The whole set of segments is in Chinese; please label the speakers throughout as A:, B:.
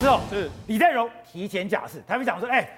A: 之后，
B: 是
A: 李在镕提前假释，他们讲说，哎，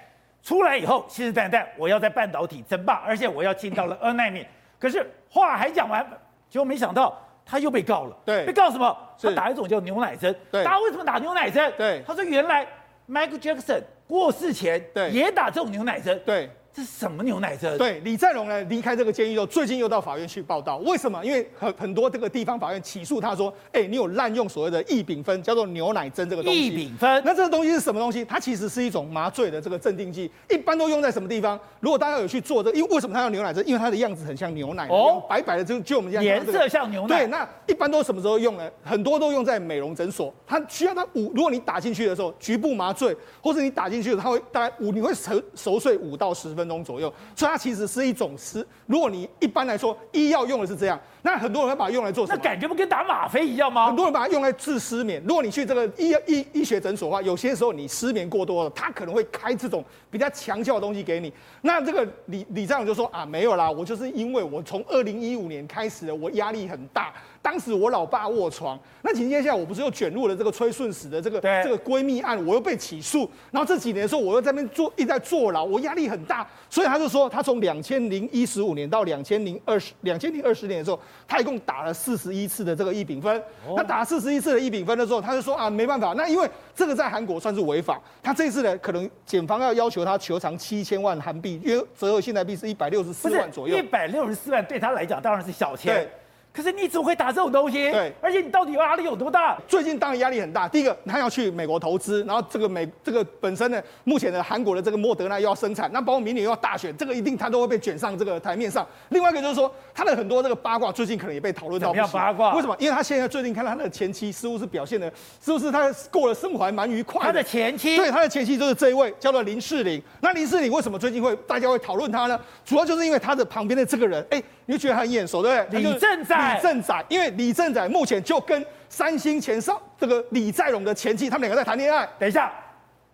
A: 出来以后信誓旦旦我要在半导体争霸，而且我要进到了二纳米。可是话还讲完，结果没想到他又被告了。
B: 对
A: 被告什么？他
B: 是
A: 打一种叫牛奶针。
B: 对
A: 大家为什么打牛奶针？
B: 对
A: 他说原来 Michael Jackson 过世前
B: 对
A: 也打这种牛奶针。，
B: 对。
A: 这是什么牛奶针？，
B: 对，李在镕呢离开这个监狱后，最近又到法院去报道，为什么？因为很很多这个地方法院起诉他说，哎、你有滥用所谓的异丙酚，叫做牛奶针这个东西。
A: 异丙酚
B: 那这个东西是什么东西？它其实是一种麻醉的这个镇定剂，一般都用在什么地方？如果大家有去做这因为为什么它要牛奶针？因为它的样子很像牛奶，
A: 哦
B: 哦，白白的，就就我们现在看
A: 颜
B: 到这
A: 色
B: 个
A: 像牛奶。
B: 对，那一般都什么时候用呢？很多都用在美容诊所，它需要它五，如果你打进去的时候局部麻醉，或是你打进去的时候，它会大概五，你会熟熟睡五到十分钟左右，所以它其实是一种是，如果你一般来说医药用的是这样，那很多人会把它用来做什
A: 那
B: 么？
A: 感觉不跟打吗啡一样吗
B: 很？多人把它用来治失眠。如果你去这个医医医学诊所的话，有些时候你失眠过多了，他可能会开这种比较强效的东西给你。那这个李李站长就说啊，没有啦，我就是因为我从二零一五年开始的，我压力很大，当时我老爸卧床，那紧接下来我不是又卷入了这个崔顺实的这个
A: 对
B: 这个闺蜜案，我又被起诉，然后这几年的时候我又在那边坐一直在坐牢，我压力很大，所以他就说他从两千零一十五年到两千零二十两千零二十年的时候，他一共打了四十一次的这个异丙酚。
A: 哦
B: 那打四十一次的异丙酚的时候，他就说啊没办法，那因为这个在韩国算是违法，他这次呢可能检方要要求他求偿七千万韩币，约折合现在币是一百六十
A: 不
B: 四
A: 是
B: 万左右
A: 一。百六十四万，对他来讲当然是小钱
B: 对。
A: 可是你怎么会打这种东西？
B: 对
A: 而且你到底压力有多大？
B: 最近当然压力很大。第一个，他要去美国投资，然后这个美这个本身呢，目前的韩国的这个莫德纳又要生产，那包括明年又要大选，这个一定他都会被卷上这个台面上。另外一个就是说，他的很多这个八卦最近可能也被讨论到不
A: 怎么样
B: 行
A: 八卦
B: 为什么？因为他现在最近看到他的前妻似乎是表现的，似乎是他过了生活还蛮愉快
A: 他的前妻
B: 对，他的前妻就是这一位，叫做林世玲。那林世玲为什么最近会大家会讨论他呢？主要就是因为他的旁边的这个人，哎、你就觉得他很眼熟，对不对？
A: 李
B: 他就是
A: 正宰
B: 李正宰，因为李正宰目前就跟三星前少这个李在镕的前妻，他们两个在谈恋爱。
A: 等一下，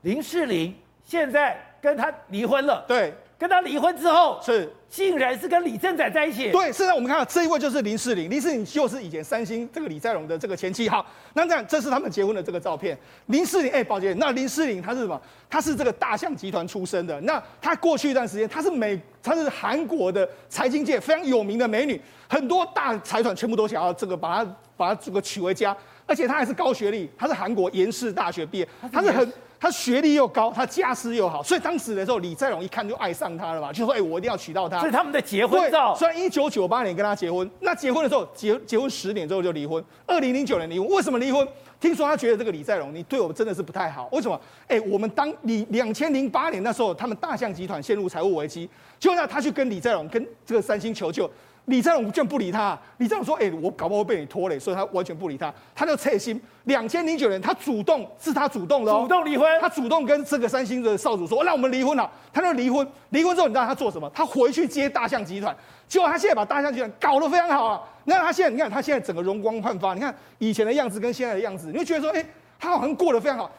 A: 林世玲现在跟他离婚了，
B: 对，
A: 跟他离婚之后，
B: 是。
A: 竟然是跟李正宰在一起。，
B: 对，现在我们看到这一位就是林世玲，林世玲就是以前三星这个李在镕的这个前妻。好，那这样这是他们结婚的这个照片。林世玲，哎、宝姐，那林世玲她是什么？她是这个大象集团出身的。那她过去一段时间，她是美，她是韩国的财经界非常有名的美女，很多大财团全部都想要这个把她把她这个娶回家，而且她还是高学历，她是韩国延世大学毕业，她是很。他学历又高，他家世又好，所以当时的时候，李在镕一看就爱上她了嘛，就说：“哎、我一定要娶到她。”
A: 所以他们的结婚
B: 对，
A: 照
B: 虽然一九九八年跟他结婚，那结婚的时候结结婚十年之后就离婚，二零零九年离婚。为什么离婚？听说他觉得这个李在镕，你对我真的是不太好。为什么？哎、我们当李两千零八年那时候，他们大象集团陷入财务危机，结果呢，他去跟李在镕跟这个三星求救。李在镕居然不理他，李在镕说：“哎、我搞不好会被你拖累，所以他完全不理他，他就撤心。两千零九年，他主动是他主动的、哦，
A: 主动离婚
B: 他主动跟这个三星的少主哦说，那我们离婚了。他就离婚，离婚之后你知道他做什么？他回去接大象集团，结果他现在把大象集团搞得非常好啊。那他现在你看他现在整个容光焕发，你看以前的样子跟现在的样子，你就觉得说，哎、他好像过得非常好。